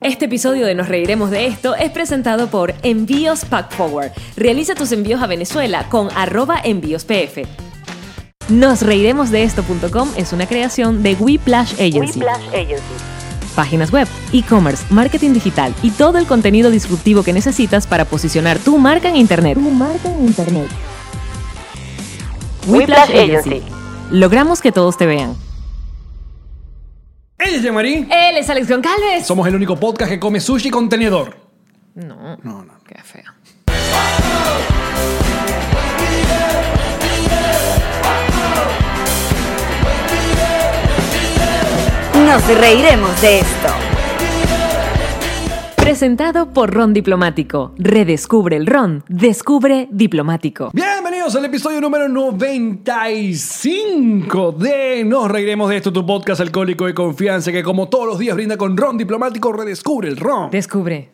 Este episodio de Nos Reiremos de Esto es presentado por Envíos Pack Forward. Realiza tus envíos a Venezuela con arroba envíospf. Nos reiremos de esto.com es una creación de Whiplash Agency. Páginas web, e-commerce, marketing digital y todo el contenido disruptivo que necesitas para posicionar tu marca en Internet. marca en internet. Whiplash Agency. Logramos que todos te vean. Ella es Yamarín. Él es Alex Goncalves. Somos el único podcast que come sushi con tenedor. No, No, no. qué feo. Nos reiremos de esto. Presentado por Ron Diplomático. Redescubre el Ron. Descubre Diplomático. Bienvenidos al episodio número 95 de Nos Reiremos de esto, tu podcast alcohólico de confianza que como todos los días brinda con ron diplomático, redescubre el ron. Descubre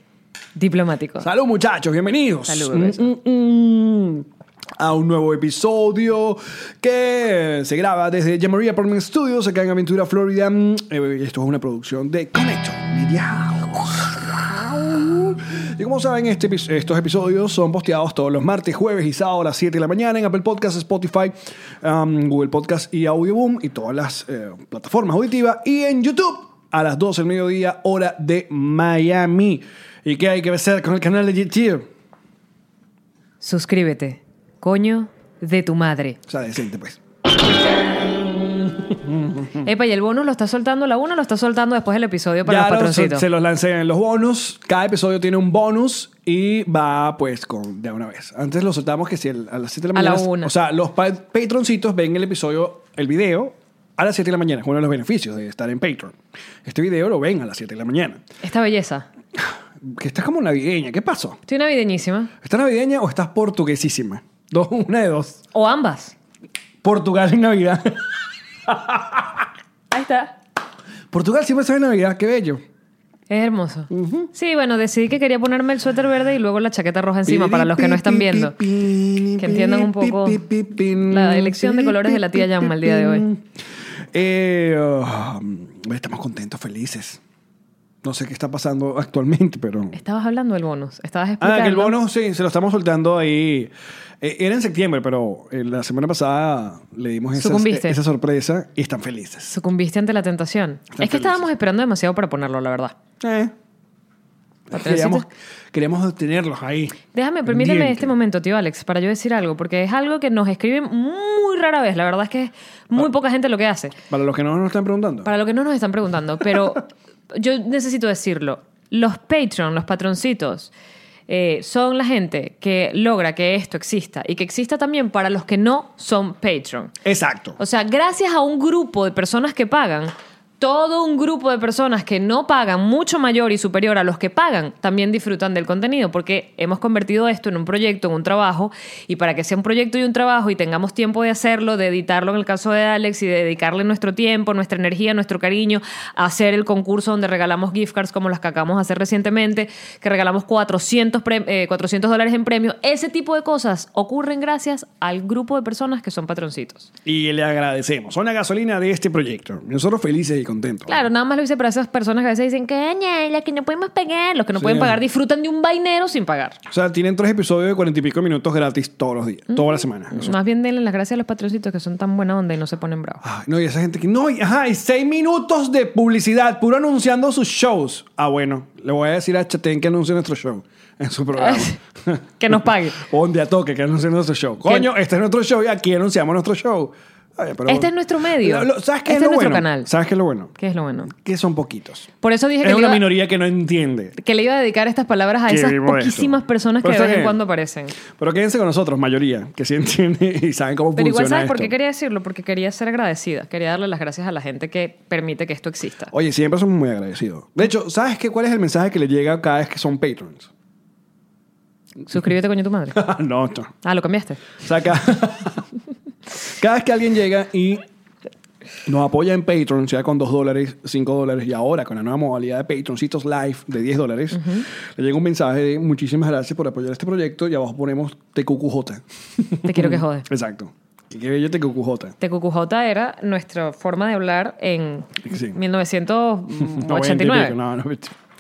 Diplomático. Salud muchachos, bienvenidos. Salud, beso. Mm, mm, mm. A un nuevo episodio que se graba desde Jamaria Apartment Studios acá en Aventura, Florida. Mm, eh, Esto es una producción de Conecto Media House. Y como saben, este epi- estos episodios son posteados todos los martes, jueves y sábado a las 7 de la mañana en Apple Podcasts, Spotify, um, Google Podcasts y Audioboom y todas las eh, plataformas auditivas y en YouTube a las 12 del mediodía, hora de Miami. ¿Y qué hay que hacer con el canal de YouTube? Suscríbete. Coño de tu madre. O sea, decente, pues. Epa, y el bonus lo está soltando la una, lo está soltando después del episodio para Mm. ya los los- patroncitos. se los lancé en los bonos. Cada episodio tiene un bonus y va, pues, con de una vez. Antes lo soltamos que si el- a las 7 de la A la mañana. una. O sea, los pa- patroncitos ven el episodio, el video, a las 7 de la mañana. Es uno de los beneficios de estar en Patreon. Este video lo ven a las 7 de la mañana. Esta belleza. Que estás como navideña. ¿Qué pasó? Estoy navideñísima. ¿Estás navideña o estás portuguesísima? Dos, una de dos. O ambas. Portugal en Navidad. Ahí está. Portugal siempre sabe Navidad. Qué bello. Es hermoso. Sí, bueno, decidí que quería ponerme el suéter verde y luego la chaqueta roja encima para los que no están viendo. Que entiendan un poco la elección de colores de la tía Yamma el día de hoy. Eh, ah, estamos contentos, felices. No sé qué está pasando actualmente, pero... Estabas hablando del bonus. Estabas explicando. Ah, que el bono, sí, se lo estamos soltando ahí. Eh, era en septiembre, pero eh, la semana pasada le dimos esa, Sucumbiste. esa sorpresa y están felices. Sucumbiste ante la tentación. Están es que felices. estábamos esperando demasiado para ponerlo, la verdad. Eh. Queríamos, queríamos tenerlos ahí. Déjame, permíteme Bien. este momento, tío Alex, para yo decir algo, porque es algo que nos escriben muy rara vez. La verdad es que es muy poca gente lo que hace. Para los que no nos están preguntando. Para lo que no nos están preguntando, pero yo necesito decirlo. Los Patreon, los patroncitos, eh, son la gente que logra que esto exista y que exista también para los que no son Patreon. Exacto. O sea, gracias a un grupo de personas que pagan, todo un grupo de personas que no pagan, mucho mayor y superior a los que pagan, también disfrutan del contenido, porque hemos convertido esto en un proyecto, en un trabajo, y para que sea un proyecto y un trabajo y tengamos tiempo de hacerlo, de editarlo en el caso de Alex y de dedicarle nuestro tiempo, nuestra energía, nuestro cariño, a hacer el concurso donde regalamos gift cards como las que acabamos de hacer recientemente, que regalamos 400, pre- eh, 400 dólares en premio, ese tipo de cosas ocurren gracias al grupo de personas que son patroncitos. Y le agradecemos. Son la gasolina de este proyecto. Nosotros felices y contentos. Claro, nada más lo hice para esas personas que a veces dicen que "Ña, la que no podemos pagar. Los que no Sí. pueden pagar disfrutan de un vainero sin pagar. O sea, tienen tres episodios de cuarenta y pico minutos gratis todos los días, todas las semanas. Eso. Más bien denle las gracias a los patroncitos que son tan buena onda y no se ponen bravos. Ay, ah, no, y esa gente que. No, y, ajá, y seis minutos de publicidad, puro anunciando sus shows. Ah, bueno, le voy a decir a Chatén que anuncie nuestro show en su programa. que nos pague. o un día toque que anuncie nuestro show. Coño, este es nuestro show y aquí anunciamos nuestro show. Ay, pero- Este es nuestro medio. Lo- lo- ¿Sabes qué Este es lo es nuestro bueno? canal. ¿Sabes qué es lo bueno? ¿Qué es lo bueno? Que son poquitos. Por eso dije Es que le, una iba, minoría que no entiende. que le iba a dedicar estas palabras a Que esas vimos poquísimas eso. personas que Por de eso vez en que- cuando aparecen. Pero quédense con nosotros, mayoría, que sí entiende y saben cómo Pero funciona igual, ¿sabes por esto. qué quería decirlo? Porque quería ser agradecida. Quería darle las gracias a la gente que permite que esto exista. Oye, siempre somos muy agradecidos. De hecho, ¿sabes qué? cuál es el mensaje que le llega cada vez que son patrons? Suscríbete, coño, tu madre. no, no. Ah, lo cambiaste. O sea, ca- cada, vez que alguien llega y nos apoya en Patreon, sea con 2 dólares, 5 dólares y ahora con la nueva modalidad de Patroncitos Live de 10 dólares, le llega un mensaje de muchísimas gracias por apoyar este proyecto y abajo ponemos TQQJ. Te quiero que jode. Exacto. Y qué bello TQQJ. Tecucujota era nuestra forma de hablar en Sí. 1989. No, no, no.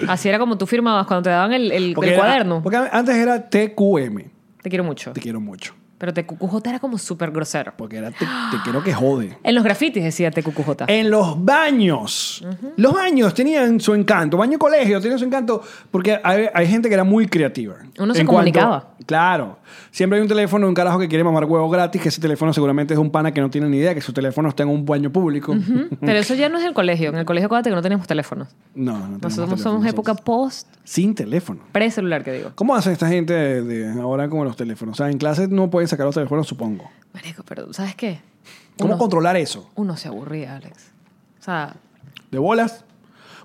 Así era como tú firmabas cuando te daban el, el- el Porque era- cuaderno. porque antes era TQM. Te quiero mucho. Te quiero mucho. Pero te cucujota era como súper grosero. Porque era te, te quiero que jode. En los grafitis decía te cucujota. En los baños. Los baños tenían su encanto. Baño colegio tenía su encanto porque hay, hay gente que era muy creativa. Uno se En cuanto- comunicaba. claro. Siempre hay un teléfono de un carajo que quiere mamar huevo gratis, que ese teléfono seguramente es un pana que no tiene ni idea que su teléfono está en un baño público. Pero eso ya no es el colegio. En el colegio, acuérdate que no teníamos teléfonos. No, no tenemos Nosotros teléfono, somos nosotros. época post, Sin teléfono. pre-celular, que digo. ¿Cómo hacen esta gente de, de ahora con los teléfonos? O sea, en clase no pueden sacar los teléfonos, supongo. Marico, pero ¿sabes qué? ¿Cómo Uno- controlar eso? Uno se aburría, Alex. O sea, de bolas.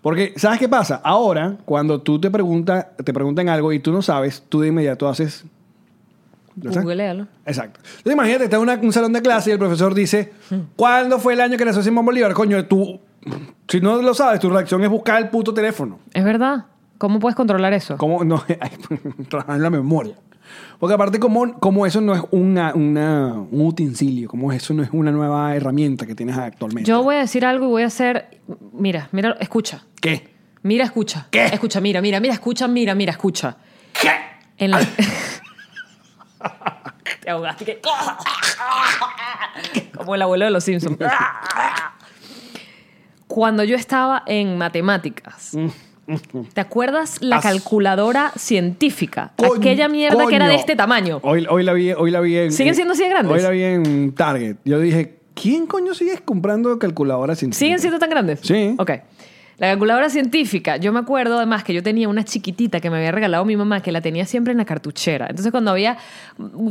Porque, ¿sabes qué pasa? Ahora, cuando tú te, pregunta, te preguntan algo y tú no sabes, tú de inmediato haces... ¿Ya sabes? googlealo. Exacto. Entonces, imagínate, está en una- un salón de clase y el profesor dice, ¿cuándo fue el año que nació Simón Bolívar? Coño, tú, si no lo sabes, tu reacción es buscar el puto teléfono. Es verdad. ¿Cómo puedes controlar eso? ¿Cómo? No, trabajar en la memoria. Porque aparte, como, como eso no es una, una- un utensilio, como eso no es una nueva herramienta que tienes actualmente. Yo voy a decir algo y voy a hacer. Mira, mira, escucha. ¿Qué? Mira, escucha. ¿Qué? Escucha, mira, mira, mira, escucha, mira, mira, escucha. En la- Te ahogaste. que- Como el abuelo de los Simpsons. Cuando yo estaba en matemáticas, ¿te acuerdas la Mm. As- calculadora científica? Coño, Aquella mierda que era de coño. este tamaño. Hoy, hoy la vi, hoy la vi en. ¿Siguen siendo así de grandes? Hoy la vi en Target. Yo dije, ¿quién coño sigue comprando calculadoras sin ¿Siguen siendo tan grandes? Sí. Ok. La calculadora científica, yo me acuerdo además que yo tenía una chiquitita que me había regalado mi mamá, que la tenía siempre en la cartuchera. Entonces cuando había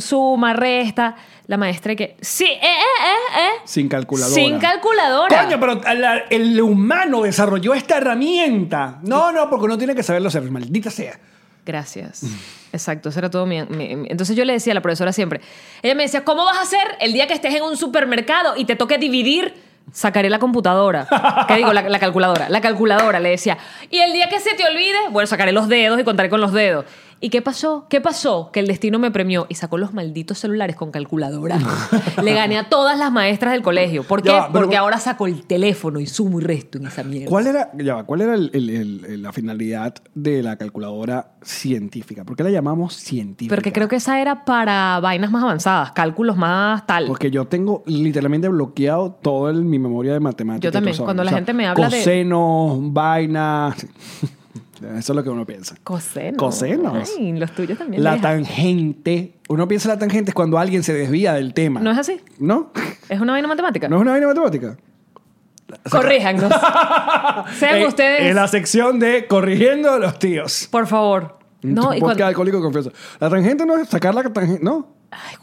suma, resta, la maestra que... Sí, eh, eh, eh, eh. Sin calculadora. Sin calculadora. Coño, pero a la- el humano desarrolló esta herramienta. No, no, porque uno tiene que saberlo hacer, maldita sea. Gracias. Exacto, eso era todo mi, mi- mi- Entonces yo le decía a la profesora siempre, ella me decía, ¿cómo vas a hacer el día que estés en un supermercado y te toque dividir? Sacaré la computadora. ¿Qué digo? La, la calculadora. La calculadora, le decía. Y el día que se te olvide, bueno, sacaré los dedos y contaré con los dedos. ¿Y qué pasó? ¿Qué pasó? Que el destino me premió y sacó los malditos celulares con calculadora. Le gané a todas las maestras del colegio. ¿Por qué? Ya va, pero- Porque ahora saco el teléfono y sumo y resto en esa mierda. ¿Cuál era, ya va, ¿cuál era el- el- el- el- la finalidad de la calculadora científica? ¿Por qué la llamamos científica? Porque creo que esa era para vainas más avanzadas, cálculos más tal. Porque yo tengo literalmente bloqueado toda mi memoria de matemáticas. Yo también. tú sabes. Cuando la gente me habla de- cosenos, vainas. Eso es lo que uno piensa. Cosenos. Cosenos. Ay, los tuyos también. La Aleja. tangente. Uno piensa la tangente es cuando alguien se desvía del tema. ¿No es así? ¿No? ¿Es una vaina matemática? ¿No es una vaina matemática? Corríjanos. Sean Eh, ustedes. En la sección de corrigiendo a los tíos. Por favor. No, No, y y cuando- alcohólico confieso. La tangente no es sacar la tangente. No. Ay,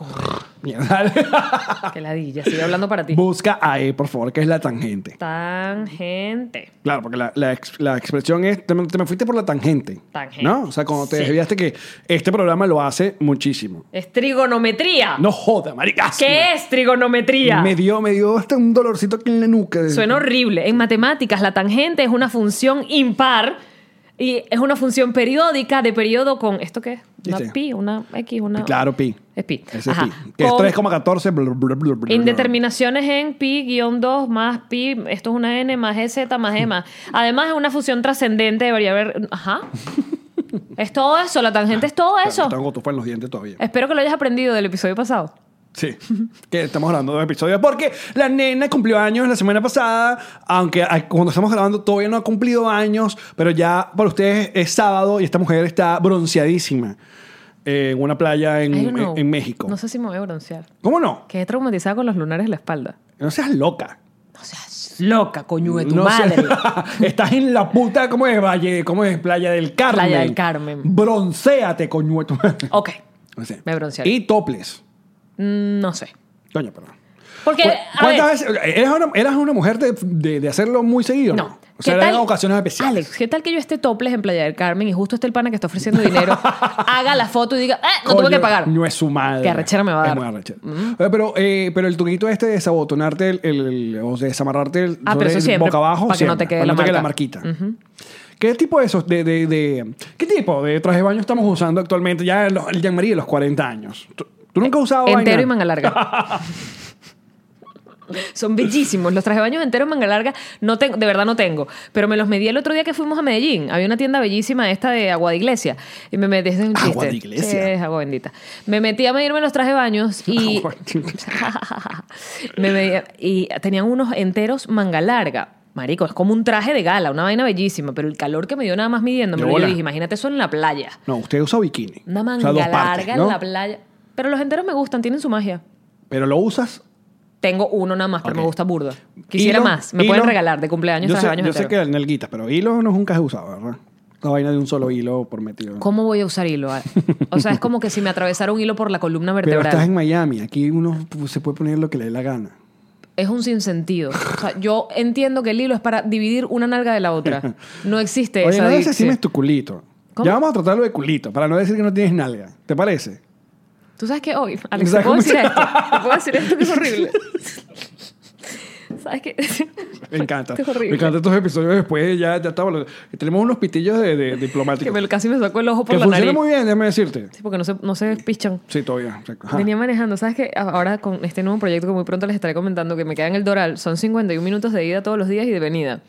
Mierda. que ladilla. Sigue hablando para ti. Busca ahí, por favor, que es la tangente. Tangente. Claro, porque la, la ex- la expresión es, te, me- te me fuiste por la tangente. Tangente. ¿No? O sea, cuando te Sí. desviaste que este programa lo hace muchísimo. Es trigonometría. No joda, maricas. ¿Qué es trigonometría? Me dio, me dio hasta un dolorcito aquí en la nuca. Suena horrible. En matemáticas, la tangente es una función impar y es una función periódica de periodo con. ¿Esto qué es? Una ¿Viste? pi, una x, una. Este. Claro, pi. Es pi. Ese es Ajá. pi. Que es Con 3,14. bla, bla, bla, bla, Indeterminaciones en pi-2 más pi, esto es una n más z más e más. Además es una función trascendente, debería haber... Ajá. Es todo eso, la tangente es todo bla. eso. Tengo gotufa en los dientes todavía. Espero que lo hayas aprendido del episodio pasado. Sí. que estamos hablando de un episodio. Porque la nena cumplió años la semana pasada. Aunque a- cuando estamos grabando todavía no ha cumplido años. Pero ya para ustedes es sábado y esta mujer está bronceadísima. eh, En una playa en, I don't know. en- en México. No sé si me voy a broncear. ¿Cómo no? Quedé traumatizada con los lunares en la espalda. No seas loca. No seas loca, coño de tu No madre. seas- estás en la puta, ¿cómo es? Valle, ¿cómo es? Playa del Carmen. Playa del Carmen. Broncéate, coño de tu madre. Ok, No sé. Me broncearé. Y toples. Mm, no sé. Coño, perdón. Porque, ¿Cu- a ver, ¿Cuántas veces? eh, ¿Eras una, eras una mujer de, de- de hacerlo muy seguido? No. O sea, ¿Qué eran tal- ocasiones especiales. Alex, ¿qué tal que yo esté toples en Playa del Carmen y justo esté el pana que está ofreciendo dinero, haga la foto y diga, eh, no Coño, tuve que pagar? No es su madre. Qué arrechera me va a Es dar. Mm. muy arrechera. Eh, pero, eh, pero el truquito este de sabotonarte el, el- el- o de desamarrarte el, Ah, pero eso el siempre, boca abajo. para que no siempre, te quede para la marquita. ¿Qué tipo de esos de, de- de- qué tipo de traje de baño estamos usando actualmente? Ya en los, el Jean Marie de los 40 años. ¿Tú, tú nunca has usado Entero vaina? y manga larga. Son bellísimos. Los traje de baños enteros, manga larga. No tengo, de verdad no tengo. Pero me los medí el otro día que fuimos a Medellín. Había una tienda bellísima esta de agua de iglesia. Y me metí. este es un Agua chiste. de iglesia. Sí, es agua bendita. Me metí a medirme los trajes de baños y. Agua de iglesia. me medía- y tenían unos enteros manga larga. Marico, es como un traje de gala, una vaina bellísima, pero el calor que me dio nada más midiéndome, De yo bola. dije, imagínate eso en la playa. No, usted usa bikini. Una O manga sea, dos larga partes, en ¿no? la playa. Pero los enteros me gustan, tienen su magia. Pero lo usas. Tengo uno nada más, pero Ok. me gusta burda. Quisiera Hilo- más. Me hilo- pueden regalar de cumpleaños Yo traje sé, de baños yo sé que enteros. en el guita, pero hilo no nunca he usado, ¿verdad? La vaina de un solo hilo por metido. ¿Cómo voy a usar hilo? O sea, es como que si me atravesara un hilo por la columna Pero vertebral. estás en Miami, aquí uno pues, se puede poner lo que le dé la gana. Es un sinsentido. O sea, yo entiendo que el hilo es para dividir una nalga de la otra. No existe Oye, esa no dicción. desestimes tu culito. ¿Cómo? Ya vamos a tratarlo de culito, para no decir que no tienes nalga. ¿Te parece? Tú sabes que hoy, Alex, ¿te puedo ¿Sabes cómo decir se- esto? ¿Te puedo decir esto que es horrible? ¿Sabes qué? Me encanta. Esto es horrible. Me encantan estos episodios después, ya, ya estamos. hablando. Tenemos unos pitillos de, de diplomáticos. Que me, casi me sacó el ojo por Que la funciona nariz. muy bien, déjame decirte. Sí, porque no se, no se pichan. Sí, todavía. exacto. Ajá. Venía manejando, ¿sabes qué? A- Ahora con este nuevo proyecto que muy pronto les estaré comentando, que me queda en el Doral, son 51 minutos de ida todos los días y de venida.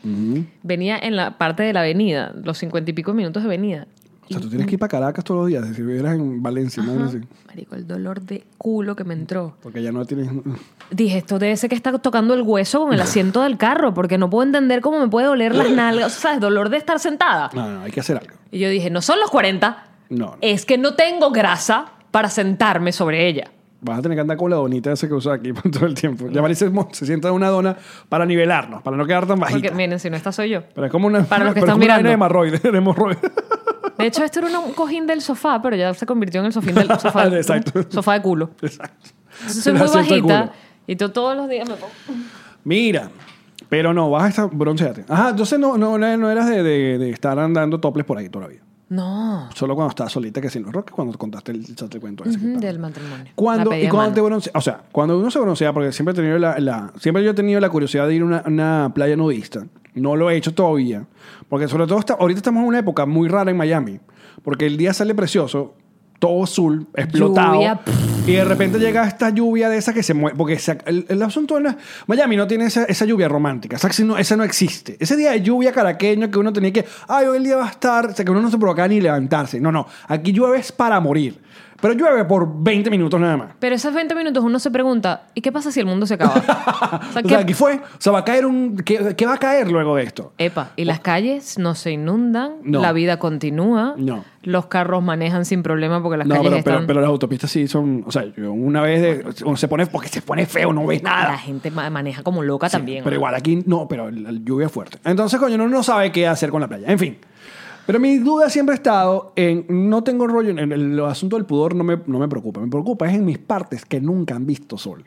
Venía en la parte de la avenida, los 50 y pico minutos de venida. O sea, tú tienes que ir para Caracas todos los días, si vivieras en Valencia, ¿no? Así. Marico, el dolor de culo que me entró. Porque ya no tienes... Dije, esto debe ser que está tocando el hueso con el asiento del carro, porque no puedo entender cómo me puede doler las nalgas. O sea, ¿sabes? Dolor de estar sentada. No, no, hay que hacer algo. Y yo dije, no son los 40, No, no. es que no tengo grasa para sentarme sobre ella. Vas a tener que andar con la donita esa que usas aquí por todo el tiempo. Ya parece mo- se sienta en una dona para nivelarnos, para no quedar tan bajita. Porque miren, si no esta soy yo. Pero es como una... Para los que pero están es como una vaina mirando. de hemorroide, de hemorroide. De hecho, esto era una- un cojín del sofá, pero ya se convirtió en el sofín del sofá. Exacto. Sofá de culo. Exacto. Entonces, soy El muy asiento de bajita culo. y to- todos los días me pongo... Mira, pero no, vas a estar... Bronceate. Ajá, entonces no, no, no no eras de, de- de estar andando toples por ahí todavía. No. Solo cuando estabas solita que sin los roques, cuando contaste el, el cuento ese que Ujú, estaba. Del matrimonio. La Cuando, pedida y de cuando mano. te bronce- o sea, cuando uno se broncea, porque siempre he tenido la, la- siempre yo he tenido la curiosidad de ir a una, una playa nudista. No lo he hecho todavía, porque sobre todo está- ahorita estamos en una época muy rara en Miami, porque el día sale precioso, todo azul, explotado, Lluvia, y de repente llega esta lluvia de esa que se mueve, porque se- el, el asunto no es- Miami no tiene esa, esa lluvia romántica, esa, no, esa no existe. Ese día de lluvia caraqueño que uno tenía que, ay, hoy el día va a estar, o sea, que uno no se provocaba ni levantarse. No, no, aquí llueve es para morir. Pero llueve por 20 minutos nada más. Pero esos 20 minutos uno se pregunta, ¿y qué pasa si el mundo se acaba? O sea, O ¿qué- sea, aquí fue. O sea, va a caer un. ¿Qué, qué va a caer luego de esto? Epa, y las calles no se inundan, Oh. No. la vida continúa, No. los carros manejan sin problema porque las no, calles pero, están... pero, pero las autopistas sí son. O sea, yo una vez de- uno se pone. Porque se pone feo, no ves Ah, La nada. gente ma- maneja como loca también. Pero igual aquí no, pero la lluvia es fuerte. Entonces, coño, uno no sabe qué hacer con la playa. En fin. Pero mi duda siempre ha estado en. No tengo rollo. En el, el asunto del pudor no me, no me preocupa. Me preocupa es en mis partes que nunca han visto sol.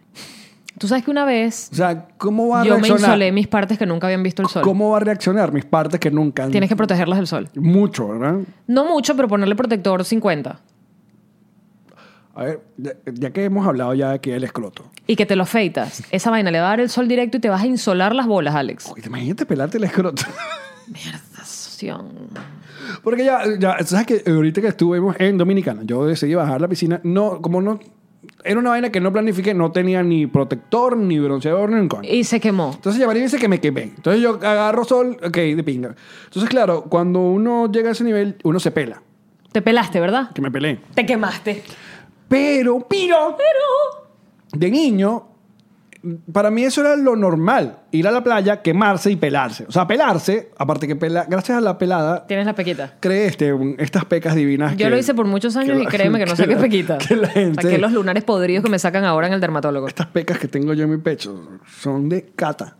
Tú sabes que una vez O sea, ¿cómo va a yo me reaccionar? Ah, insolé mis partes que nunca habían visto el sol. ¿Cómo va a reaccionar mis partes que nunca han Tienes que protegerlas del sol. Mucho, ¿verdad? No mucho, pero ponerle protector 50. A ver, ya, ya que hemos hablado ya aquí del escroto. Y que te lo afeitas. Esa vaina le va a dar el sol directo y te vas a insolar las bolas, Alex. Uy, imagínate pelarte el escroto. Estación. Porque ya, ya, sabes que ahorita que estuvimos en Dominicana, yo decidí bajar a la piscina. No, como no. Era una vaina que no planifiqué, no tenía ni protector, ni bronceador, ni coño. Y se quemó. Entonces Yamari dice que me quemé. Entonces yo agarro sol, ok, de pinga. Entonces, claro, cuando uno llega a ese nivel, uno se pela. Te pelaste, ¿verdad? Que me pelé. Te quemaste. Pero, pero, Pero... de niño, para mí eso era lo normal. Ir a la playa, quemarse y pelarse. O sea, pelarse, aparte que pela, gracias a la pelada, Tienes la pequita. cree este, un- estas pecas divinas. Yo que- lo hice por muchos años la- y créeme que no saqué la- pequita. Que la gente- Saqué los lunares podridos que me sacan ahora en el dermatólogo. Estas pecas que tengo yo en mi pecho son de cata.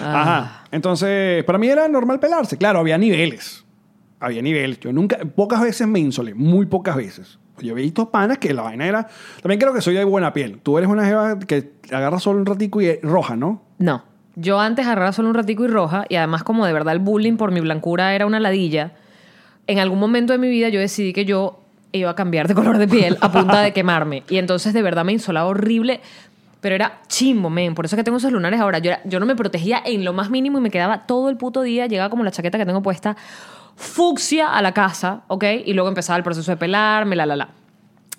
Ah. Ajá. Entonces, para mí era normal pelarse. Claro, había niveles. Había niveles. Yo nunca, pocas veces me insolé, muy pocas veces. Yo he visto panas que la vaina era. También creo que soy de buena piel. Tú eres una jeva que agarra solo un ratico y es roja, ¿no? No. Yo antes agarraba solo un ratico y roja, y además como de verdad el bullying por mi blancura era una ladilla, en algún momento de mi vida yo decidí que yo iba a cambiar de color de piel a punta de quemarme. Y entonces de verdad me insolaba horrible, pero era chimbo, men. Por eso es que tengo esos lunares ahora. Yo, era- yo no me protegía en lo más mínimo y me quedaba todo el puto día, llegaba como la chaqueta que tengo puesta fucsia a la casa, ¿ok? Y luego empezaba el proceso de pelarme, la, la, la.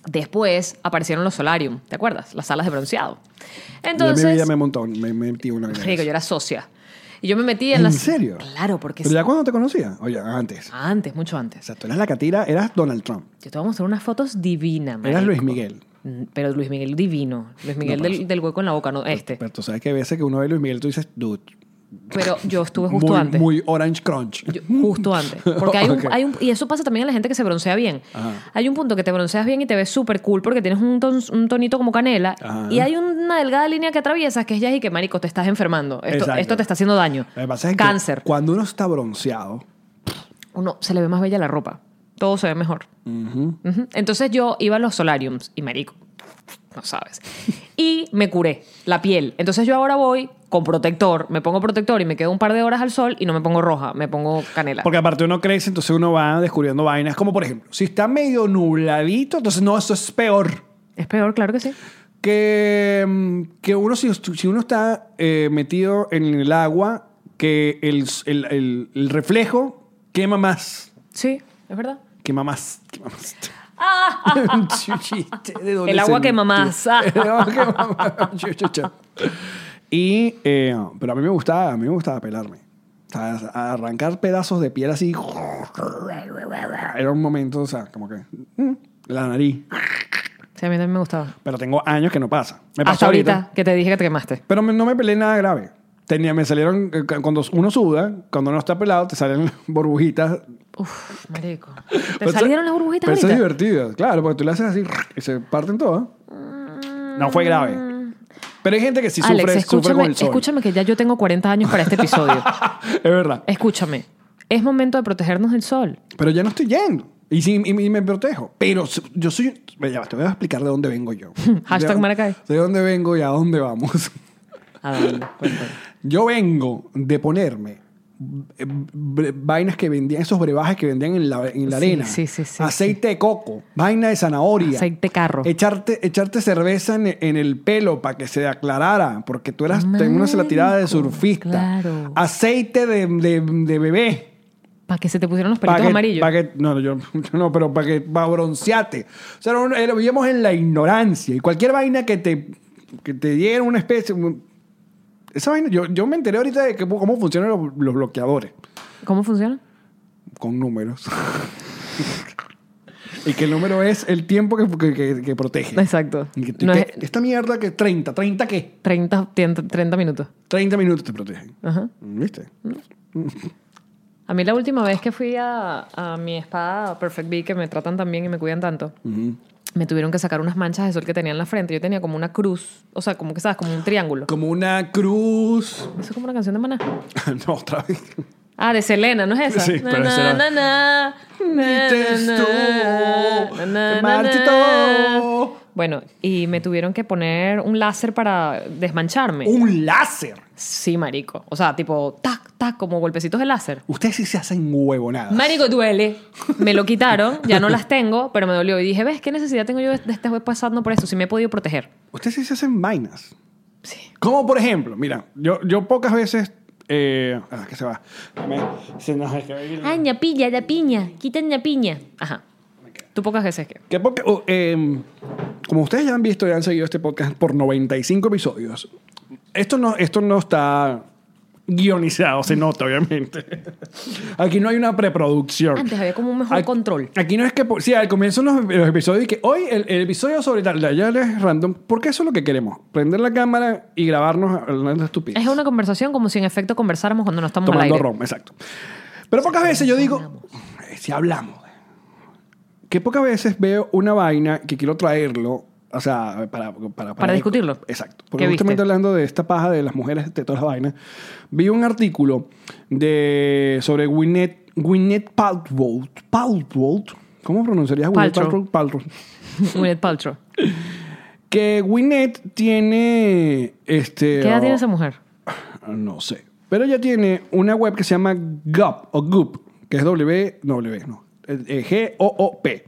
Después aparecieron los solarium, ¿te acuerdas? Las salas de bronceado. Entonces, yo en mi vida me montó, me, me metí una vez. Rico, yo era socia. Y yo me metí en, las... serio? Claro, porque ¿Pero ya cuándo te conocía? Oye, antes. antes, mucho antes. O sea, tú eras la catira, eras Donald Trump. Yo te voy a mostrar unas fotos divinas, Eras marico. Luis Miguel. Mm, Pero Luis Miguel divino. Luis Miguel por del, del hueco en la boca, no este. Pero tú sabes que a veces que uno ve Luis Miguel, tú dices, dude. Pero yo estuve justo muy, antes. Muy Orange Crunch. Yo- justo antes. Porque hay un, Ok. hay un- Y eso pasa también a la gente que se broncea bien. Ajá. Hay un punto que te bronceas bien y te ves súper cool porque tienes un, ton- un tonito como canela. Ajá. Y hay una delgada línea que atraviesas que es ya y que, marico, te estás enfermando. Esto, Exacto. esto te está haciendo daño. Lo que pasa es que Cáncer. cuando uno está bronceado, uno se le ve más bella la ropa. Todo se ve mejor. Ujú. Entonces yo iba a los solariums y marico, no sabes. Y me curé la piel. Entonces yo ahora voy con protector, me pongo protector y me quedo un par de horas al sol y no me pongo roja, me pongo canela. porque aparte uno crece, entonces uno va descubriendo vainas. Como por ejemplo, si está medio nubladito, entonces no, eso es peor. Es peor, claro que sí. Que, mm, que uno, si, si uno está eh, metido en el agua, que el, el- el- el reflejo quema más. Sí, es verdad. Quema más. Quema más. Un chiste de doble Ah. El agua sentido. quema más. El agua quema más. Chu, chu, chu. Y, eh, pero a mí me gustaba, a mí me gustaba pelarme. O sea, arrancar pedazos de piel así. Era un momento, o sea, como que. mm, La nariz. Sí, a mí también me gustaba. Pero tengo años que no pasa. Me pasó Hasta ahorita, que te dije que te quemaste. Pero me- no me peleé nada grave. Tenía, me salieron, eh, cu- cuando uno suda, cuando uno está pelado, te salen burbujitas. Uf, marico. ¿Te Pero eso- salieron las burbujitas Pero eso es ahorita? divertido, claro, porque tú le haces así y se parten todas. No fue grave. Pero hay gente que sí sufre, Mm. Alex, sufre escúchame, con el sol. escúchame que ya yo tengo 40 años para este episodio. es verdad. Escúchame, es momento de protegernos del sol. Pero ya no estoy yendo. Y, sí, y- y me protejo. Pero s- yo soy... Ya, va, te voy a explicar de dónde vengo yo. Hashtag De- Maracay. De dónde vengo y a dónde vamos. ¿A dónde? Cuéntame. Yo vengo de ponerme eh, bre- vainas que vendían, esos brebajes que vendían en la, en la Sí, arena. sí, sí, sí, aceite de coco, vaina de zanahoria. Aceite carro. Echarte, echarte cerveza en, en el pelo para que se aclarara, porque tú eras, te- uno se la tirada de Marico, surfista. claro. Aceite de, de- de bebé. Para que se te pusieran los pa' pelitos que- amarillos. pa' que- no, no, yo, yo no, pero para que pa' bronceate. O sea, no, era- vivíamos en la ignorancia y cualquier vaina que te, que te diera una especie. un- Esa vaina, yo, yo me enteré ahorita de que- cómo funcionan los, los bloqueadores ¿Cómo funciona? con números. y que el número es el tiempo que, que, que- que protege. Exacto. Y que tú- No que- es Esta mierda que 30, 30 qué? 30, 30, 30 minutos. 30 minutos te protegen. Ajá. ¿Viste? A mí la última vez que fui a, a mi spa a Perfect Bee, que me tratan tan bien y me cuidan tanto, me tuvieron que sacar unas manchas de sol que tenía en la frente. Yo tenía como una cruz, o sea, como que sabes, como un triángulo. Como una cruz. Eso es como una canción de maná. no, otra vez. Ah, de Selena, ¿no es esa? Sí, Na, pero na, será- na, na, na, Dices na, tú, na, na, na, marchito. na. Bueno, y me tuvieron que poner un láser para desmancharme. Un láser. Sí, marico. O sea, tipo, tac, tac, como golpecitos de láser. Ustedes sí se hacen huevonadas. Marico, duele. Me lo quitaron, ya no las tengo, pero me dolió. Y dije, ¿ves qué necesidad tengo yo de estar pasando por esto? Si me he podido proteger. Ustedes sí se hacen vainas. Sí. Como por ejemplo, mira, yo, yo pocas veces. eh, ah, que se va. Me- se nos- Ay, Ah, ña piña, ña piña, quita ña piña. Ajá. Tú pocas veces que. Que poca- oh, eh, como ustedes ya han visto y han seguido este podcast por 95 episodios, esto no, esto no está guionizado, se nota obviamente. Aquí no hay una preproducción. Antes había como un mejor Aquí- control. Aquí no es que, por- sí, al comienzo los, los episodios y que hoy el, el episodio sobre tal, ya es random, porque eso es lo que queremos, prender la cámara y grabarnos hablando de estupidez. Es una conversación como si en efecto conversáramos cuando no estamos al Tomando aire. rom, exacto. Pero pocas veces yo digo, eh, si hablamos, que pocas veces veo una vaina que quiero traerlo, o sea, para... Para, Para discutirlo. Exacto. Porque ¿Qué justamente viste? hablando de esta paja de las mujeres, de todas las vainas, vi un artículo de, sobre Gwyneth, Gwyneth Paltrow. Paltrow. ¿Cómo pronunciarías Gwyneth Paltrow. Paltrow? Paltrow. Gwyneth Paltrow. Que Gwyneth tiene... Este, ¿Qué edad tiene oh, esa mujer? no sé. Pero ella tiene una web que se llama Gup o Goop, que es W, no, W, no, eh, eh, G-O-O-P.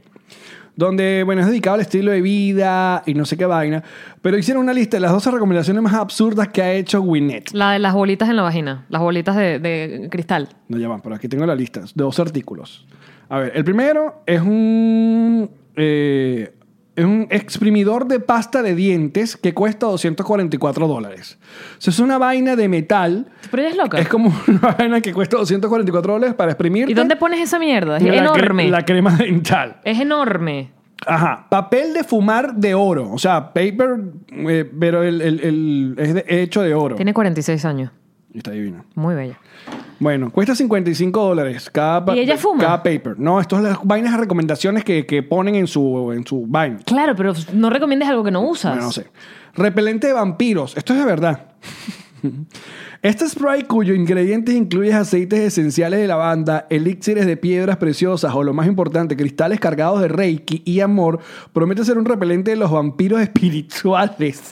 Donde, bueno, es dedicado al estilo de vida y no sé qué vaina. Pero hicieron una lista de las 12 recomendaciones más absurdas que ha hecho Winnet. La de las bolitas en la vagina, las bolitas de, de cristal. No llaman, pero aquí tengo la lista. De 12 artículos. A ver, el primero es un. eh, Es un exprimidor de pasta de dientes que cuesta 244 dólares. O sea, es una vaina de metal. Pero ella es loca. Es como una vaina que cuesta 244 dólares para exprimir. ¿Y dónde pones esa mierda? Es la cre- enorme. la crema dental. Es enorme. Ajá, papel de fumar de oro, o sea, paper, eh, pero el, el- el- es de- hecho de oro. Tiene 46 años. Está divino. Muy bella. Bueno, cuesta 55 dólares cada, pa- ¿Y ella fuma? cada paper. No, esto es las vainas de recomendaciones que, que ponen en su, en su vaina. Claro, pero no recomiendes algo que no usas. Bueno, no sé. Repelente de vampiros, esto es de verdad. Este spray cuyo ingredientes incluye aceites esenciales de lavanda, elixires de piedras preciosas o lo más importante, cristales cargados de reiki y amor, promete ser un repelente de los vampiros espirituales.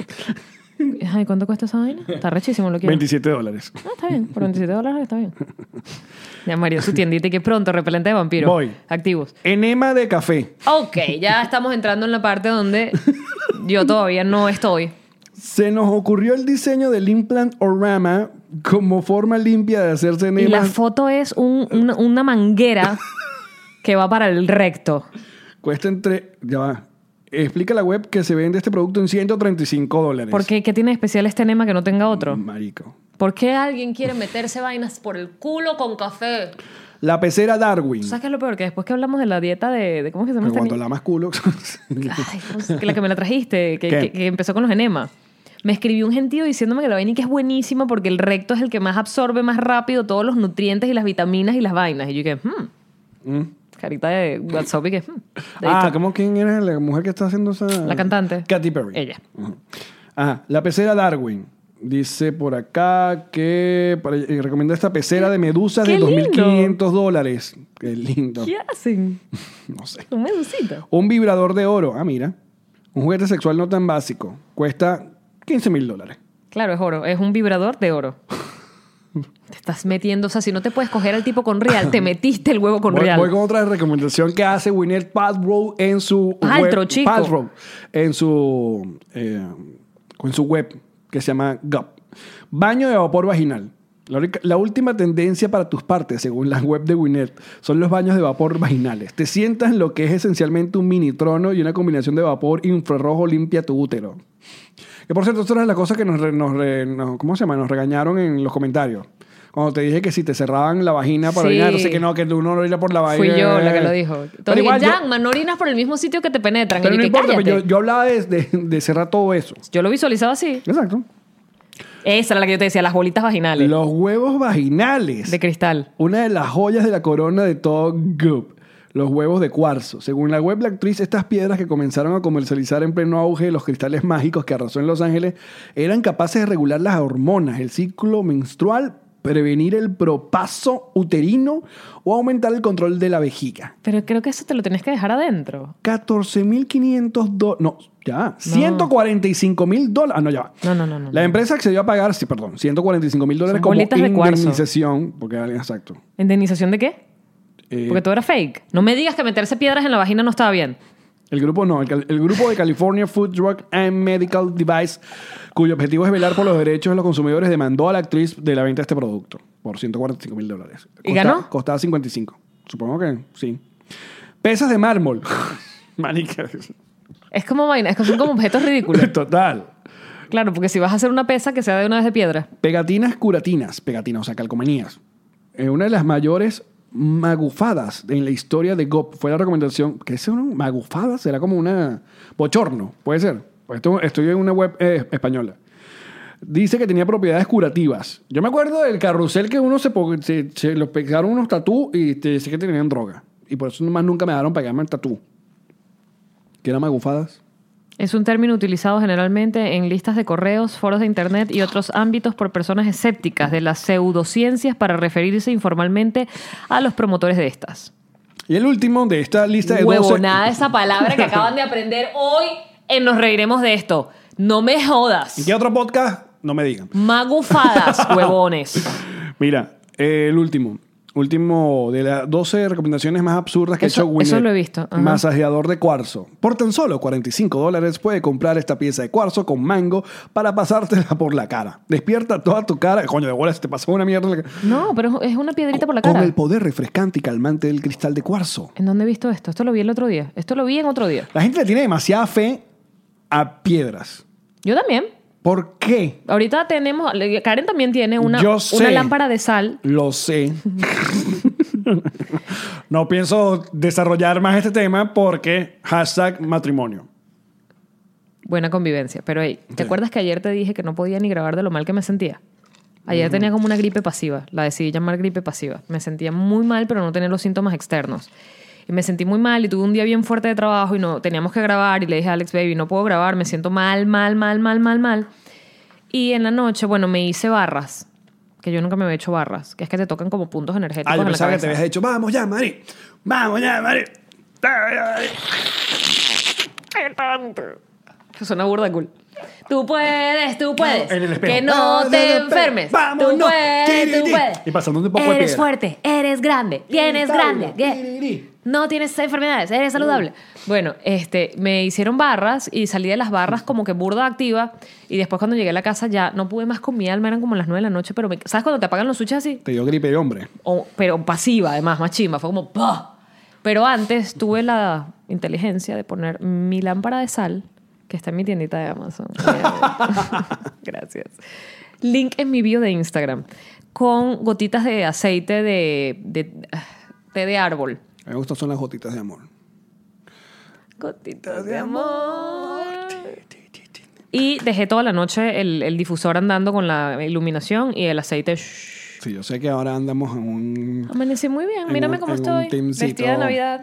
Ay, ¿cuánto cuesta esa vaina? Está rechísimo, lo quiero. 27 dólares. Ah, está bien. Por 27 dólares está bien. Ya, Mario, su tiendita y que pronto, repelente de vampiros. Voy. Activos. Enema de café. Ok, ya estamos entrando en la parte donde yo todavía no estoy. Se nos ocurrió el diseño del implant orama como forma limpia de hacerse Y la enema. foto es un- una, una manguera que va para el recto. Cuesta entre... Ya va. Explica la web que se vende este producto en 135 dólares. ¿Por qué? ¿Qué tiene de especial este enema que no tenga otro? Marico. ¿Por qué alguien quiere meterse vainas por el culo con café? La pecera Darwin. ¿Sabes qué es lo peor? Que después que hablamos de la dieta de... de- ¿Cómo es que se llama Pero esta cuando niña? la más culo... Ay, ¿cómo se- que la que me la trajiste, que, ¿Qué? que- que empezó con los enemas. Me escribió un gentío diciéndome que la vaina y que es buenísima porque el recto es el que más absorbe más rápido todos los nutrientes y las vitaminas y las vainas. Y yo que, hmm. Carita de WhatsApp y que, hmm. Mm. ah, Dedito. ¿cómo quién era la mujer que está haciendo esa...? La cantante. Katy Perry. Ella. Ah, la pecera Darwin. Dice por acá que para- eh, recomienda esta pecera de medusas ¡Qué de lindo! 2.500 dólares. Qué lindo. ¿Qué hacen? No sé. Un medusita. Un vibrador de oro. Ah, mira. Un juguete sexual no tan básico. Cuesta 15 mil dólares. Claro, es oro. Es un vibrador de oro. Te estás metiendo, o sea, si no te puedes coger al tipo con real, te metiste el huevo con Voy, real. voy con otra recomendación que hace Winnet Paltrow en su Paltrow, web. chico. Paltrow, en su eh, en su web que se llama Gup. Baño de vapor vaginal. La, única- la última tendencia para tus partes, según la web de Winnet, son los baños de vapor vaginales. Te sientas en lo que es esencialmente un mini trono y una combinación de vapor infrarrojo limpia tu útero. Que por cierto, esto es una de las cosas que nos, re- nos, re- nos- ¿cómo se llama? nos regañaron en los comentarios. Cuando te dije que si te cerraban la vagina para Sí. orinar, no sé que no, que tú no orinas por la vagina. Fui yo la que lo dijo. Pero Entonces, igual, yo, ya, no orinas por el mismo sitio que te penetran. pero y no que importa, pero cállate. yo, yo hablaba de, de- de cerrar todo eso. Yo lo visualizaba así. Exacto. Esa era la que yo te decía, las bolitas vaginales Los huevos vaginales. de cristal. Una de las joyas de la corona de todo Goop. Los huevos de cuarzo. Según la web La Actriz, estas piedras que comenzaron a comercializar en pleno auge los cristales mágicos que arrasó en Los Ángeles eran capaces de regular las hormonas, el ciclo menstrual, prevenir el propaso uterino o aumentar el control de la vejiga. Pero creo que eso te lo tenés que dejar adentro. 14.500 dólares. No, ya. 145.000 dólares. Ah, no, ya va. No, no, no, no. La empresa accedió a pagar, sí, perdón, 145 mil dólares Son como bolitas de cuarzo. indemnización. Porque, exacto. ¿Indemnización de qué? Eh, Porque todo era fake. No me digas que meterse piedras en la vagina no estaba bien. El grupo no, el, cal- el grupo de California Food, Drug and Medical Device, cuyo objetivo es velar por los derechos de los consumidores, demandó a la actriz de la venta de este producto por 145 mil dólares. ¿Y Costa- ganó? Costaba 55. Supongo que sí. Pesas de mármol. Marica. Es como vaina, es que son como objetos ridículos. Total. Claro, porque si vas a hacer una pesa que sea de una vez de piedra. Pegatinas curatinas, pegatinas, o sea, calcomanías. Eh, una de las mayores magufadas en la historia de GOP fue la recomendación. ¿Qué es una magufada? Será como una bochorno, puede ser. Pues esto- estoy en una web eh, española. Dice que tenía propiedades curativas. Yo me acuerdo del carrusel que uno se, po- se, se lo pegaron unos tatú y te, sé que tenían droga. Y por eso más nunca me dejaron pegarme el tatú. ¿Qué eran magufadas? Es un término utilizado generalmente en listas de correos, foros de internet y otros ámbitos por personas escépticas de las pseudociencias para referirse informalmente a los promotores de estas. Y el último de esta lista de 12... Huevonada esa palabra que acaban de aprender hoy en Nos Reiremos de Esto. No me ¿Y jodas. qué otro podcast? No me digan. Magufadas, huevones. Mira, eh, el último. Último de las 12 recomendaciones más absurdas que Eso- ha hecho Winnet. eso lo he visto, ajá. Masajeador de cuarzo. Por tan solo 45 dólares puede comprar esta pieza de cuarzo con mango para pasártela por la cara. Despierta toda tu cara. Coño, de bola, se te pasó una mierda. en la cara. No, pero es una piedrita por la Con cara. el poder refrescante y calmante del cristal de cuarzo. ¿En dónde he visto esto? Esto lo vi el otro día. Esto lo vi en otro día. La gente le tiene demasiada fe a piedras. Yo también. ¿Por qué? Ahorita tenemos, Karen también tiene una, Yo una sé. lámpara de sal. Lo sé. no pienso desarrollar más este tema porque hashtag matrimonio. Buena convivencia. Pero hey, ¿te acuerdas que ayer te dije que no podía ni grabar de lo mal que me sentía? Ayer tenía como una gripe pasiva, la decidí llamar gripe pasiva. Me sentía muy mal, pero no tenía los síntomas externos. Y me sentí muy mal y tuve un día bien fuerte de trabajo y no teníamos que grabar y le dije a Alex, baby, no puedo grabar, me siento mal, mal, mal, mal, mal, mal. Y en la noche, bueno, me hice barras, que yo nunca me había hecho barras, que es que te tocan como puntos energéticos. Ah, yo en la pensaba que te cabeza. habías dicho, vamos ya, Mari. Vamos ya, Mari. Vamos ya, Mari". Que suena burda cool. Tú puedes, tú puedes. En el espejo. que no Ah, te no, no, enfermes. vamos, tú no. puedes, tú Tiri, puedes. y pasando un poco de Eres piedra. fuerte, eres grande, tienes tabla, grande. yeah. tiri. No tienes enfermedades, eres saludable. Uh. Bueno, este, me hicieron barras y salí de las barras como que burda activa. Y después cuando llegué a la casa ya no pude más con mi alma, eran como las 9 de la noche, pero me- ¿sabes cuando te apagan los switches así? Te dio gripe de hombre. O- pero pasiva además, más chimba, fue como ¡pah! Pero antes tuve la inteligencia de poner mi lámpara de sal, que está en mi tiendita de Amazon. Eh, Gracias. Link en mi bio de Instagram, con gotitas de aceite de, de- té de árbol. Me gustan son las gotitas de amor. Gotitas de amor. Y dejé toda la noche el, el difusor andando con la iluminación y el aceite. shh. Sí, yo sé que ahora andamos en un... Amanecí muy bien, En mírame un- cómo en un estoy. teamcito. Vestida de Navidad.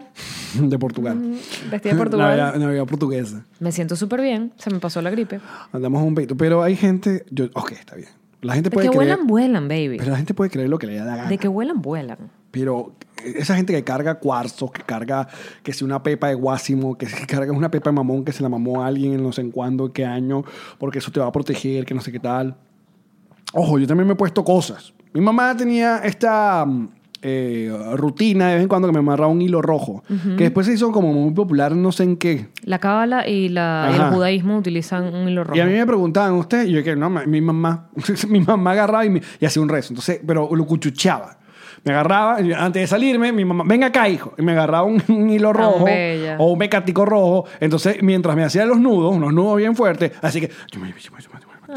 de Portugal. Mm, Vestida de Portugal. Navidad, Navidad portuguesa. Me siento súper bien, se me pasó la gripe. Andamos en un peito. Pero hay gente... Yo, ok, está bien. La gente De puede que creer... vuelan, vuelan, baby. Pero la gente puede creer lo que le da la gana. De que vuelan, vuelan. Pero esa gente que carga cuarzos, que carga que si una pepa de guásimo, que si carga una pepa de mamón que se la mamó a alguien en no sé en cuándo, qué año, porque eso te va a proteger, que no sé qué tal. Ojo, yo también me he puesto cosas. Mi mamá tenía esta mm, eh, rutina de vez en cuando que me amarraba un hilo rojo, que después se hizo como muy popular, no sé en qué. La cábala y, la, y Ajá. el judaísmo utilizan un hilo rojo. Y a mí me preguntaban, ¿usted? Y yo que no, ma- mi mamá, mi mamá agarraba y, me- y hacía un rezo. Entonces, pero lo cuchuchaba. Me agarraba, y antes de salirme, mi mamá, venga acá, hijo. Y me agarraba un, un hilo rojo bella. o un mecático rojo. Entonces, mientras me hacía los nudos, unos nudos bien fuertes, así que...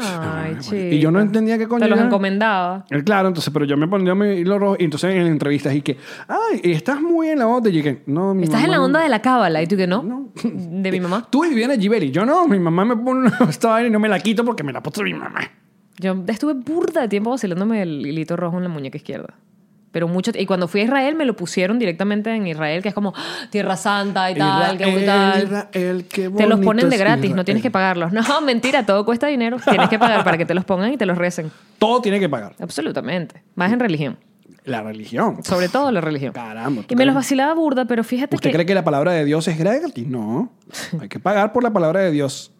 Ay, Ah, y yo no chica. entendía qué coño Te los era. encomendaba. Eh, Claro, entonces, pero yo me ponía mi hilo rojo y entonces en entrevistas y que, ay, estás muy en la onda. Y yo que, no, mi Estás en mamá la no". onda de la cábala y tú que no. No. De mi mamá. Tú y Viviana Giberi. Yo no, mi mamá me pone una esta vaina y no me la quito porque me la puso mi mamá. Yo estuve burda de tiempo vacilándome el hilito rojo en la muñeca izquierda. Pero mucho. Y cuando fui a Israel me lo pusieron directamente en Israel, que es como ¡Ah! Tierra Santa y tal, que muy tal. Israel, qué Te los bonito ponen de es gratis, no Israel. tienes que pagarlos. No, mentira, todo cuesta dinero. Tienes que pagar para que te los pongan y te los recen. Todo tiene que pagar. Absolutamente. Más en religión. La religión. Sobre todo la religión. Caramba, tú Y me los también. vacilaba burda, pero fíjate ¿Usted que cree que la palabra de Dios es gratis? No. Hay que pagar por la palabra de Dios.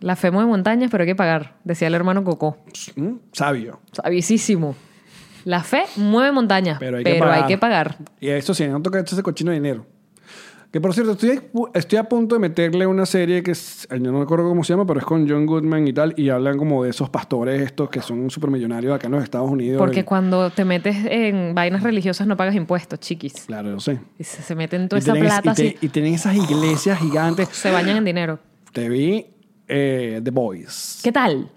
la fe mueve montañas, pero hay que pagar, decía el hermano Cocó. Mm, Sabio. Sabisísimo. La fe mueve montañas, Pero hay que pagar. pagar. Y eso sí, no toca ese cochino de dinero. Que por cierto, estoy, estoy a punto de meterle una serie que es- yo no me acuerdo cómo se llama, pero es con John Goodman y tal, y hablan como de esos pastores estos que son supermillonarios acá en los Estados Unidos. Porque Y- cuando te metes en vainas religiosas no pagas impuestos, chiquis. Claro, yo sé. Y se, se meten toda Y esa tienen es- plata y, te- así, y tienen esas iglesias gigantes. se bañan en dinero. Te vi eh, The Boys. ¿Qué tal?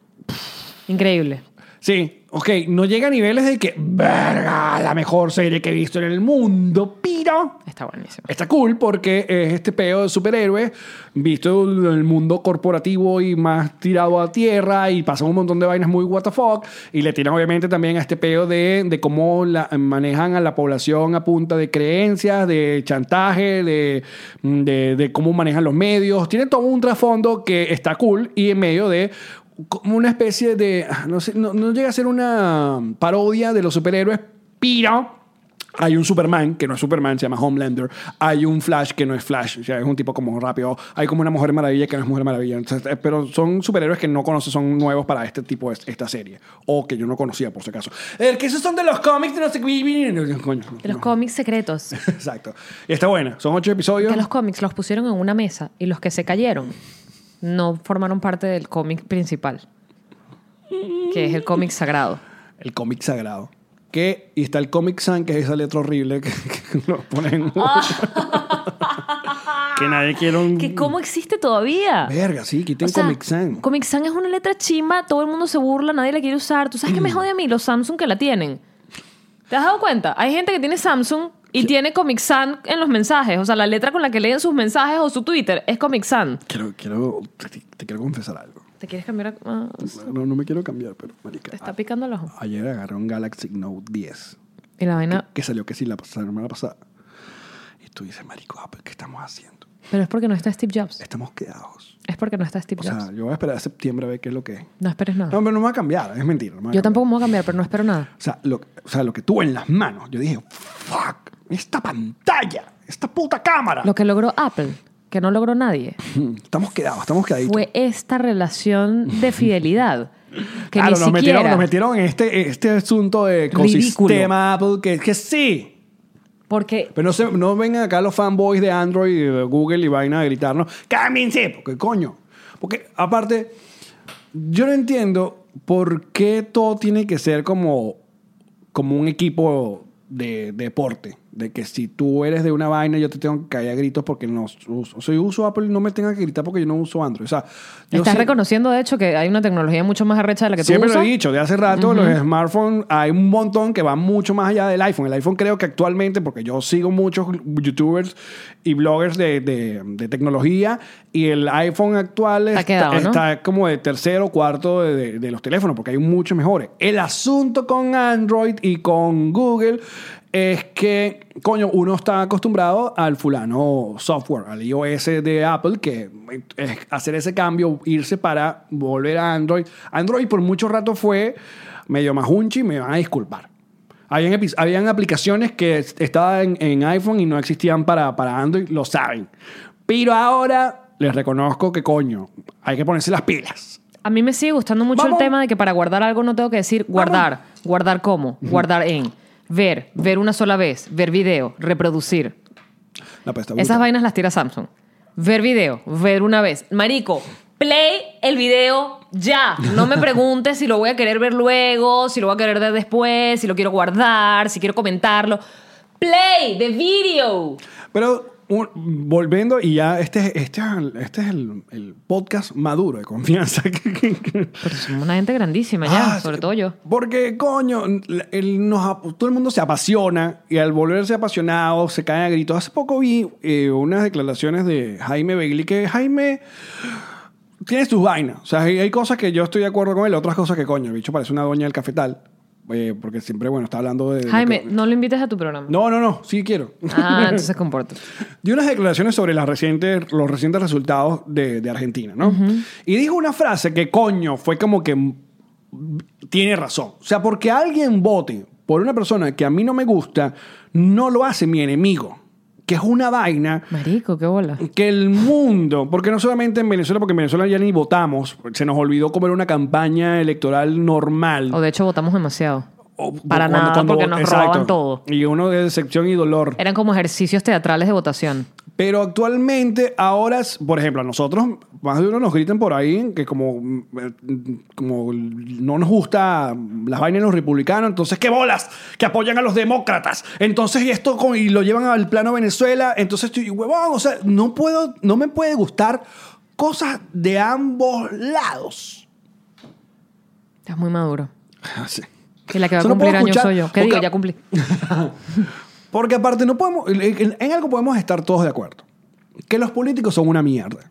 Increíble. Sí, ok, no llega a niveles de que, verga, la mejor serie que he visto en el mundo, pero Está buenísimo. está cool porque es este peo de superhéroes visto en el mundo corporativo y más tirado a tierra y pasan un montón de vainas muy what the fuck y le tiran obviamente también a este peo de, de cómo la, manejan a la población a punta de creencias, de chantaje, de, de, de cómo manejan los medios. Tiene todo un trasfondo que está cool y en medio de como una especie ah, de, no sé, no, no llega a ser una parodia de los superhéroes, pero Hay un Superman que no es Superman, se llama Homelander. Hay un Flash que no es Flash, o sea, es un tipo como rápido. Hay como una Mujer Maravilla que no es Mujer Maravilla. Entonces, eh, pero son superhéroes que no conoces, son nuevos para este tipo, de- esta serie. O que yo no conocía, por si acaso. El que esos son de los cómics, de no sé qué. Coño, De los no. cómics secretos. Exacto. Y está buena. Son ocho episodios. Que los cómics los pusieron en una mesa y los que se cayeron no formaron parte del cómic principal, que es el cómic sagrado. El cómic sagrado. Que, y está el cómic san, que es esa letra horrible que, que lo ponen. que nadie quiere un. Ah. ¿Que ¿Cómo existe todavía? Verga, sí, quiten O sea, Comic Sans. Comic Sans es una letra chimba, todo el mundo se burla, nadie la quiere usar. ¿Tú sabes Mm. qué me jode a mí? Los Samsung que la tienen. ¿Te has dado cuenta? Hay gente que tiene Samsung y tiene Comic Sans en los mensajes. O sea, la letra con la que leen sus mensajes o su Twitter es Comic Sans. Quiero, quiero, te, te quiero confesar algo. ¿Te quieres cambiar? a- ah, No, no me quiero cambiar, pero, marica. te está picando el ojo. a- ayer agarré un Galaxy Note 10 Y la vaina... que salió que sí la pas- la semana pasada. Y tú dices, marico, Apple, ¿qué estamos haciendo? Pero es porque no está Steve Jobs. Estamos quedados. Es porque no está Steve O Jobs. sea, yo voy a esperar a septiembre a ver qué es lo que es. no esperes No, nada. pero no me va a cambiar, es mentira. no me va a Yo cambiar. tampoco me voy a cambiar, pero no espero nada. O sea, lo, o sea, lo que tuve en las manos, yo dije, fuck, esta pantalla, esta puta cámara. Mm, Lo que logró Apple, que no logró nadie, Estamos quedados, estamos quedaditos. fue esta relación de fidelidad. Que claro, ni nos, siquiera... metieron, nos metieron en este, este asunto de ecosistema Apple, que, que sí. Porque Pero no, se- no vengan acá los fanboys de Android y de Google y vaina a gritarnos, cámbiense, porque coño. Porque aparte, yo no entiendo por qué todo tiene que ser como, como un equipo de deporte. De que si tú eres de una vaina, yo te tengo que caer a gritos porque no uso. Si yo uso Apple, no me tenga que gritar porque yo no uso Android. O sea, yo Estás sé- reconociendo, de hecho, que hay una tecnología mucho más arrecha de la que Siempre tú lo usas. he dicho, de hace rato, los smartphones, hay un montón que van mucho más allá del iPhone. El iPhone creo que actualmente, porque yo sigo muchos youtubers y bloggers de, de- de tecnología, y el iPhone actual Está está, quedado, ¿no? está como de tercero o cuarto de, de- de los teléfonos, porque hay muchos mejores. El asunto con Android y con Google es que, coño, uno está acostumbrado al fulano software, al iOS de Apple, que es hacer ese cambio, irse para volver a Android. Android por mucho rato fue medio majunchi, me van a disculpar. Habían, epi- habían aplicaciones que es- estaban en, en iPhone y no existían para, para Android, lo saben. Pero ahora les reconozco que coño, hay que ponerse las pilas. A mí me sigue gustando mucho Vamos. el tema de que para guardar algo no tengo que decir guardar. ¿Guardar cómo? Guardar en. Ver. Ver una sola vez. Ver video. Reproducir. No, pero está Esas brutal. vainas las tira Samsung. Ver video. Ver una vez. Marico, play el video ya. No me preguntes si lo voy a querer ver luego, si lo voy a querer ver después, si lo quiero guardar, si quiero comentarlo. Play the video. Pero un- volviendo, y ya este, es- este, es el- este es el, el podcast maduro de confianza. que- que- que- Pero somos una gente grandísima ya, Ah, sobre sí. todo yo. Porque, coño, la- el- nos ap- todo el mundo se apasiona y al volverse apasionado se caen a gritos. Hace poco vi eh, unas declaraciones de Jaime Bailey que Jaime tiene sus vainas. O sea, hay, hay cosas que yo estoy de acuerdo con él, otras cosas que, coño, el bicho parece una doña del cafetal. eh, porque siempre, bueno, está hablando de... de lo Jaime, que- no lo invites a tu programa. No, no, no, sí quiero. Ah, entonces compórtate. dio unas declaraciones sobre las recientes, los recientes resultados de, de Argentina, ¿no? Y dijo una frase que, coño, fue como que mm, tiene razón. O sea, porque alguien vote por una persona que a mí no me gusta, no lo hace mi enemigo, que es una vaina Marico, qué bola. que el mundo, porque no solamente en Venezuela, porque en Venezuela ya ni votamos, se nos olvidó cómo era una campaña electoral normal. O de hecho votamos demasiado. O- Para nada, porque nos robaban todo. Y uno de decepción y dolor. Eran como ejercicios teatrales de votación. Pero actualmente, ahora, s- por ejemplo, a nosotros, más de uno nos gritan por ahí que como, mm, como no nos gusta las vainas de los republicanos, entonces, ¿qué bolas? Que apoyan a los demócratas. Entonces, y esto con- y lo llevan al plano Venezuela. Entonces, estoy huevón, o sea, no puedo, no me puede gustar cosas de ambos lados. Estás muy maduro. Sí. Que la que va a Eso no cumplir puedo años escuchar, soy yo. ¿Qué digo? porque- Ya cumplí. Porque aparte no podemos, en, en algo podemos estar todos de acuerdo. Que los políticos son una mierda.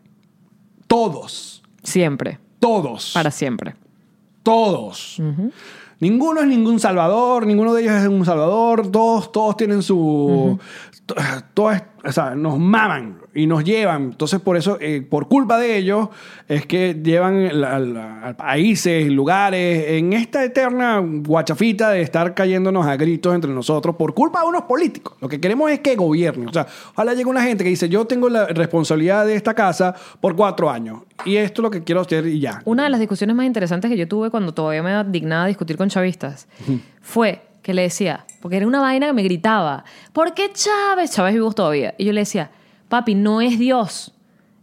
Todos. Siempre. Todos. Para siempre. Todos. Ninguno es ningún salvador, ninguno de ellos es un salvador, todos, todos tienen su... to- Todo es, o sea, nos maman y nos llevan. Entonces, por eso, eh, por culpa de ellos, es que llevan la- la- a países, lugares, en esta eterna guachafita de estar cayéndonos a gritos entre nosotros por culpa de unos políticos. Lo que queremos es que gobiernen. O sea, ojalá llegue una gente que dice, yo tengo la responsabilidad de esta casa por cuatro años y esto es lo que quiero hacer y ya. Una de las discusiones más interesantes que yo tuve cuando todavía me dignaba discutir con chavistas fue que le decía, porque era una vaina que me gritaba, ¿por qué Chávez? Chávez vivos todavía. Y yo le decía, papi, no es Dios,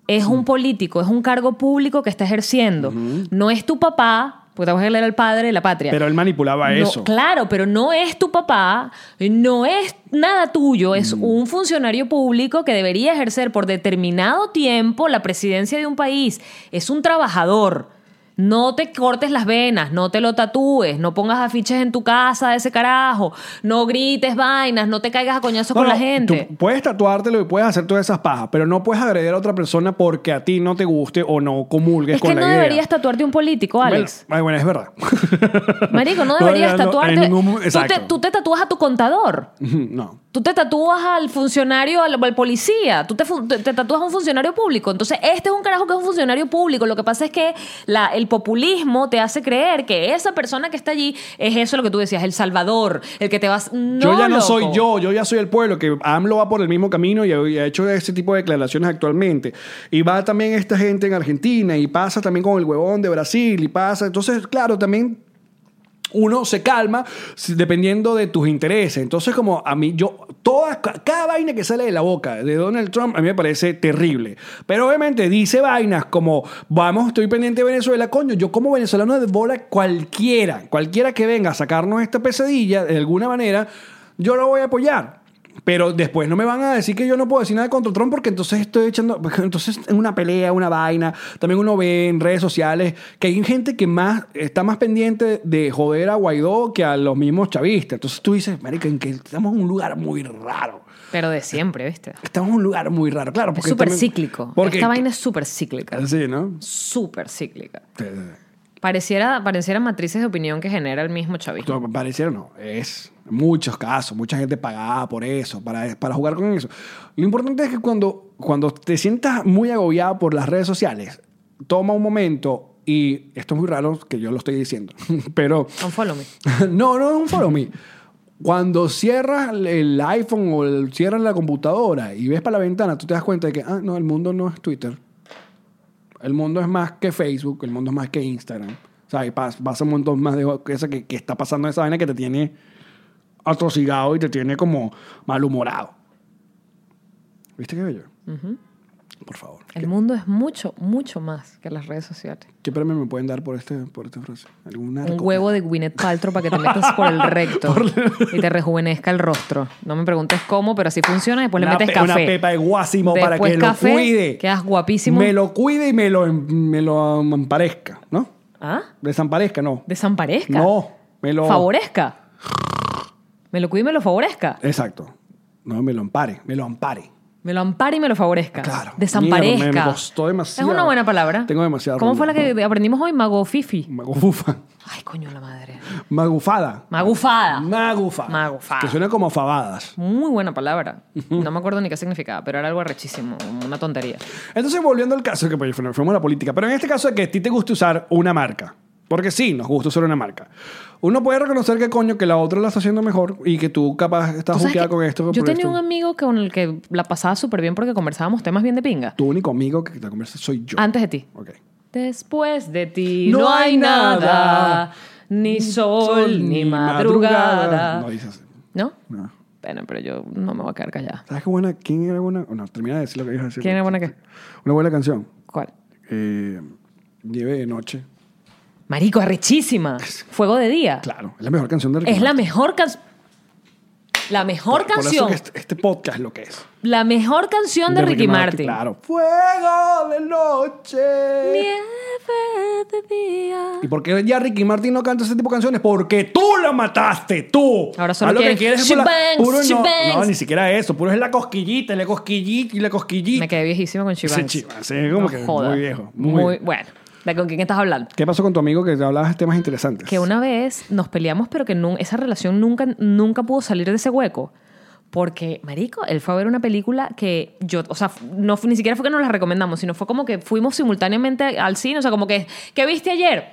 es un político, es un cargo público que está ejerciendo. No es tu papá, porque también él era el padre de la patria. Pero él manipulaba No, eso. Claro, pero no es tu papá, no es nada tuyo, es Mm. un funcionario público que debería ejercer por determinado tiempo la presidencia de un país. Es un trabajador. No te cortes las venas, no te lo tatúes, no pongas afiches en tu casa de ese carajo, no grites vainas, no te caigas a coñazos No, con no, la gente. Tú puedes tatuártelo y puedes hacer todas esas pajas, pero no puedes agredir a otra persona porque a ti no te guste o no comulgues Es con que la no idea. deberías tatuarte un político, Alex. Bueno, ay, bueno, es verdad. Marico, no No, deberías no, no, en tatuarte. ningún mo- Tú te- exacto. tú te tatúas a tu contador. no. Tú te tatúas al funcionario, al, al policía, tú te, fu- te- te tatúas a un funcionario público. Entonces, este es un carajo que es un funcionario público. Lo que pasa es que la- el populismo te hace creer que esa persona que está allí es eso lo que tú decías, el salvador, el que te vas... No, Yo ya no loco. soy yo, yo ya soy el pueblo, que AMLO va por el mismo camino y ha y ha hecho ese tipo de declaraciones actualmente. Y va también esta gente en Argentina y pasa también con el huevón de Brasil y pasa. Entonces, claro, también uno se calma si- dependiendo de tus intereses. Entonces, como a mí, yo, toda, ca- cada vaina que sale de la boca de Donald Trump a mí me parece terrible. Pero obviamente dice vainas como, vamos, estoy pendiente de Venezuela, coño, yo como venezolano de bola cualquiera, cualquiera que venga a sacarnos esta pesadilla de alguna manera, yo lo voy a apoyar. Pero después no me van a decir que yo no puedo decir nada contra Trump porque entonces estoy echando. porque Entonces, en una pelea, una vaina. También uno ve en redes sociales que hay gente que más está más pendiente de joder a Guaidó que a los mismos chavistas. Entonces tú dices, Marica, en que estamos en un lugar muy raro. Pero de siempre, ¿viste? Estamos en un lugar muy raro, claro. Es Porque súper también- cíclico. Porque, Esta vaina es súper cíclica. Sí, ¿no? Súper cíclica. Te- te- Pareciera, pareciera matrices de opinión que genera el mismo chavismo. No, pareciera no. Es muchos casos, mucha gente pagada por eso, para, para jugar con eso. Lo importante es que cuando, cuando te sientas muy agobiado por las redes sociales, toma un momento y esto es muy raro que yo lo estoy diciendo, pero Don't follow me. no, no es un follow me. Cuando cierras el iPhone o el- cierras la computadora y ves para la ventana, tú te das cuenta de que, ah, no, el mundo no es Twitter. El mundo es más que Facebook, el mundo es más que Instagram. O sea, y pas- pasa un montón más de cosas que, que está pasando en esa vaina que te tiene atrocidado y te tiene como malhumorado. ¿Viste qué bello? Por favor. El mundo es mucho, mucho más que las redes sociales. ¿Qué premio me pueden dar por, este, por esta frase? ¿Algún Un narco? huevo de Gwyneth Paltrow para que te metas por el recto y te rejuvenezca el rostro. No me preguntes cómo, pero así funciona. Después Pues le una, metes pe- café. una pepa de guasimo Después para que café, lo cuide. Quedas guapísimo. Me lo cuide y me lo, em, me lo amparezca, ¿no? ¿Ah? Desamparezca, no. Desamparezca. No, me lo... Favorezca. Me lo cuide y me lo favorezca. Exacto. No, me lo ampare, me lo ampare. Me lo ampare y me lo favorezca. Claro. Desamparezca. Mierda, me costó demasiado. Es una buena palabra. Tengo demasiado ¿Cómo fue la rumbo. que aprendimos hoy? Magofifi. Magufufa. Ay, coño la madre. Magufada. Magufada. Magufa. Magufa. Que suena como a fabadas. Muy buena palabra. No me acuerdo ni qué significaba, pero era algo arrechísimo. Una tontería. Entonces, volviendo al caso, que pues, fuimos a la política, pero en este caso de que a ti te guste usar una marca, porque sí, nos gusta usar una marca. Uno puede reconocer que coño, que la otra la está haciendo mejor y que tú capaz estás ¿Tú sabes juqueada que con esto. Yo por tenía esto. un amigo con el que la pasaba súper bien porque conversábamos temas bien de pinga. Tu único amigo que te conversa soy yo. Antes de ti. Ok. Después de ti No no, hay hay nada, nada, ni sol, ni madrugada. No dices. ¿No? No. Bueno, pero yo no me voy a quedar callada. ¿Sabes qué buena? ¿Quién era buena? No, termina de decir lo que ibas a decir. ¿Quién era buena qué? Una buena canción. ¿Cuál? Eh, Nieve de noche. Marico, arrechísima. Fuego de día. Claro, es la mejor canción de Ricky Es la Martin. mejor canción. La mejor Por eso canción. que este, este podcast es lo que es. La mejor canción de, Ricky Martin. Claro. Fuego de noche. Nieve de día. ¿Y por qué ya Ricky Martin no canta ese tipo de canciones? Porque tú la mataste, tú. Ahora solo Haz lo que quiere quieres es por la- She bangs, puro she no, bangs. no, ni siquiera eso. Puro es la cosquillita, y la cosquillita y la cosquillita. Me quedé viejísima con Sí, Chivas. Chivas, sí, como que muy viejo. Muy, bueno, ¿de con quién estás hablando? ¿Qué pasó con tu amigo que te hablabas de temas interesantes? Que una vez nos peleamos, pero que nun- esa relación nunca, nunca pudo salir de ese hueco. Porque, marico, él fue a ver una película que yo, o sea, no fue- ni siquiera fue que nos la recomendamos, sino fue como que fuimos simultáneamente al cine, o sea, como que, ¿qué viste ayer?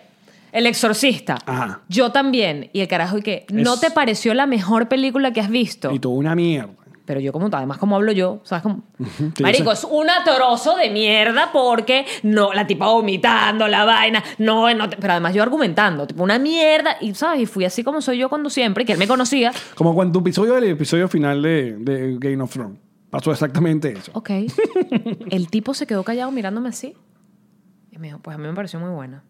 El exorcista. Ajá. Yo también. Y el carajo, y que, ¿no Es- te pareció la mejor película que has visto? Y todo una mierda. Pero yo como, además como hablo yo, ¿sabes cómo? sí, Marico, yo es un atoroso de mierda porque no, la tipa vomitando, la vaina, no, no, te- pero además yo argumentando, tipo una mierda, y sabes, y fui así como soy yo cuando siempre, que él me conocía, Como cuando tu episodio del episodio final de, de Game of Thrones. Pasó exactamente eso. ok. El tipo se quedó callado mirándome así, y me dijo, pues a mí me pareció muy buena.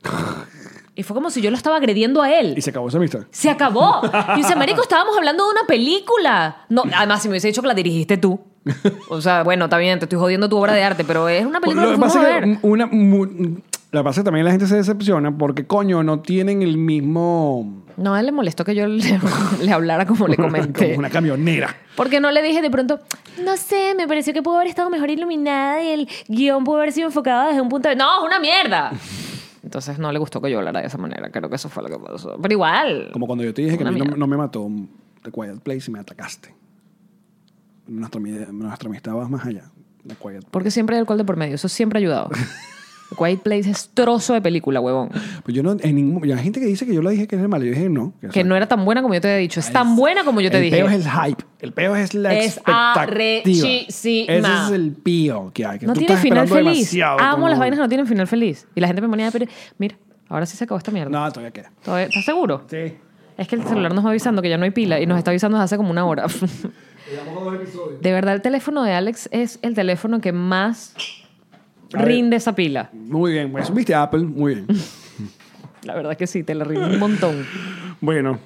Y fue como si yo lo estaba agrediendo a él. Y se acabó esa amistad. Se acabó. Y dice, Marico, estábamos hablando de una película. No, además, si me hubiese dicho que la dirigiste tú. O sea, bueno, está bien, te estoy jodiendo tu obra de arte, pero es una película Lo que que fuimos pasa a es ver. que una, mu- la pasa es que también la gente se decepciona porque, coño, no tienen el mismo... No, a él le molestó que yo le, le hablara como le comenté. Como una camionera. Porque no le dije de pronto, no sé, me pareció que pudo haber estado mejor iluminada y el guión pudo haber sido enfocado desde un punto de... No, es una mierda. Entonces no le gustó que yo hablara de esa manera, creo que eso fue lo que pasó. Pero igual. Como cuando yo te dije que a Una mí no, mierda. no me mató The Quiet Place y me atacaste. Nuestra, amistad- nuestra amistad va más allá. The Quiet Porque siempre hay alcohol de por medio, eso siempre ha ayudado. The Quiet Place es trozo de película, huevón. Pues yo no, en ningún, y hay gente que dice que yo la dije que es el malo. Yo dije no. Que no era tan buena como yo te he dicho, es tan buena como yo te el dije. peo es el hype. El peo es la Es expectativa. Ese arrechísima. es el pío que hay. Que no tú tiene estás final esperando feliz. demasiado, Amo como- las vainas que no tienen final feliz. Y la gente me ponía, pero mira, ahora sí se acabó esta mierda. No, todavía queda. Todavía- ¿Estás seguro? Sí. Es que el celular nos va avisando que ya no hay pila y nos está avisando desde hace como una hora. de verdad, el teléfono de Alex es el teléfono que más A ver. rinde esa pila. Muy bien. Pues viste Apple. Muy bien. La verdad que sí, te la rinde un montón. bueno.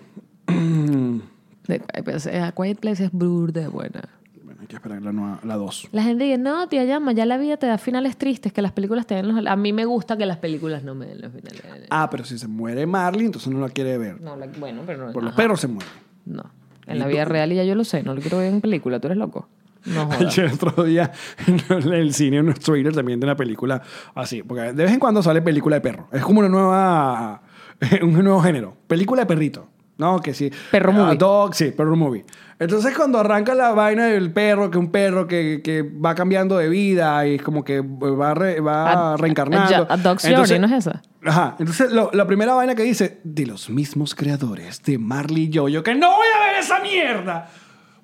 De, pues, eh, Quiet Place es burda de buena. Bueno, hay que esperar la nueva, la 2. La gente dice, no, tía llama, ya la vida te da finales tristes, que las películas te den los... A mí me gusta que las películas no me den los finales. Ah, pero si se muere Marley, entonces no la quiere ver. No, la- bueno, pero no. Por los ajá. perros se muere. No. En la vida real y ya yo lo sé, no lo quiero ver en película, tú eres loco. No jodas. Ayer otro día en el cine, en los trailers también de una película así. Porque de vez en cuando sale película de perro. Es como una nueva. Un nuevo género. Película de perrito. No, que sí. Perro Ah, movie. Dog, sí, perro movie. Entonces, cuando arranca la vaina del perro, que un perro que, que va cambiando de vida y es como que va, re- va A- reencarnando. a- a Dog's Journey, ¿no es esa? Ajá. Entonces, lo- la primera vaina que dice, de los mismos creadores de Marley y yo, yo que no voy a ver esa mierda.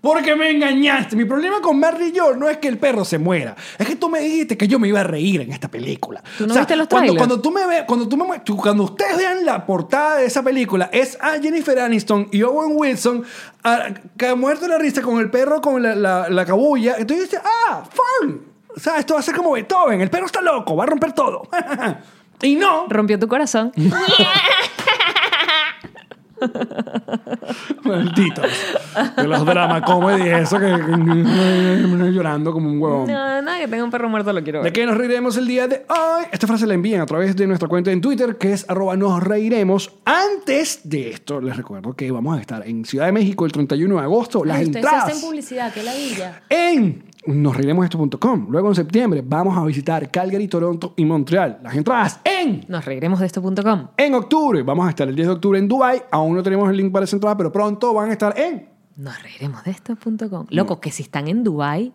Porque me engañaste. Mi problema con Marley y yo no es que el perro se muera. Es que tú me dijiste que yo me iba a reír en esta película. ¿Tú no viste los cuando, trailers? cuando tú me ve- cuando tú me mue- tú- cuando ustedes vean la portada de esa película, es a Jennifer Aniston y Owen Wilson a- que ha muerto de la risa con el perro con la, la, la cabulla. Entonces dices, ah, fun. O sea, esto va a ser como Beethoven. El perro está loco, va a romper todo. y no. Rompió tu corazón. Malditos. De los drama comedy, eso que llorando como un huevón. No, no, que tenga un perro muerto lo quiero ¿De ver. qué nos reiremos el día de hoy? Esta frase la envían a través de nuestra cuenta en Twitter, que es arroba nos reiremos. Antes de esto, les recuerdo que vamos a estar en Ciudad de México el 31 de agosto. Las entradas publicidad, que la villa. en nosreiremosesto.com. Luego en septiembre vamos a visitar Calgary, Toronto y Montreal. Las entradas en... Nos reiremos de esto.com. En octubre, vamos a estar el 10 de octubre en Dubai. Aún no tenemos el link para esa entrada, pero pronto van a estar en Nos reiremos de esto.com. Loco, que si están en Dubai,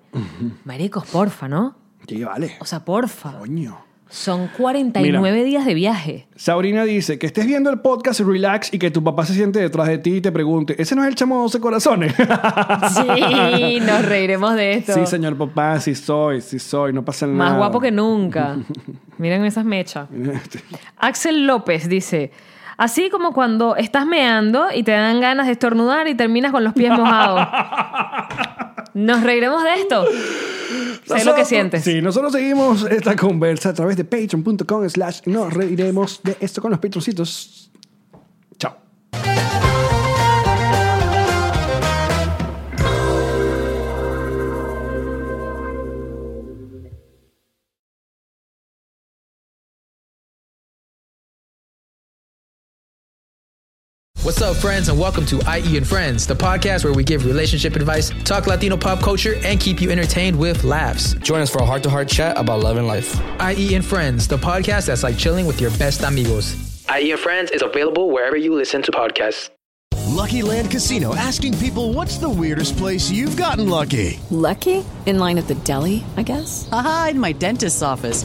maricos, porfa, ¿no? Sí, vale. O sea, porfa. Coño. Son 49 días de viaje. Sabrina dice que estés viendo el podcast Relax y que tu papá se siente detrás de ti y te pregunte, ¿ese no es el chamo de 12 corazones? Sí, nos reiremos de esto. sí, señor papá, sí soy, sí soy, no pasa nada. Más guapo que nunca. Miren esas mechas. Este, Axel López dice, así como cuando estás meando y te dan ganas de estornudar y terminas con los pies mojados. Nos reiremos de esto. Sé lo que Nosotros- sientes. Sí, nosotros seguimos esta conversa a través de patreon.com slash nos reiremos de esto con los patroncitos. Chao. What's up, friends, and welcome to IE and Friends, the podcast where we give relationship advice, talk Latino pop culture, and keep you entertained with laughs. Join us for a heart to heart chat about love and life. IE and Friends, the podcast that's like chilling with your best amigos. IE and Friends is available wherever you listen to podcasts. Lucky Land Casino asking people what's the weirdest place you've gotten lucky? Lucky? In line at the deli, I guess? Aha, in my dentist's office.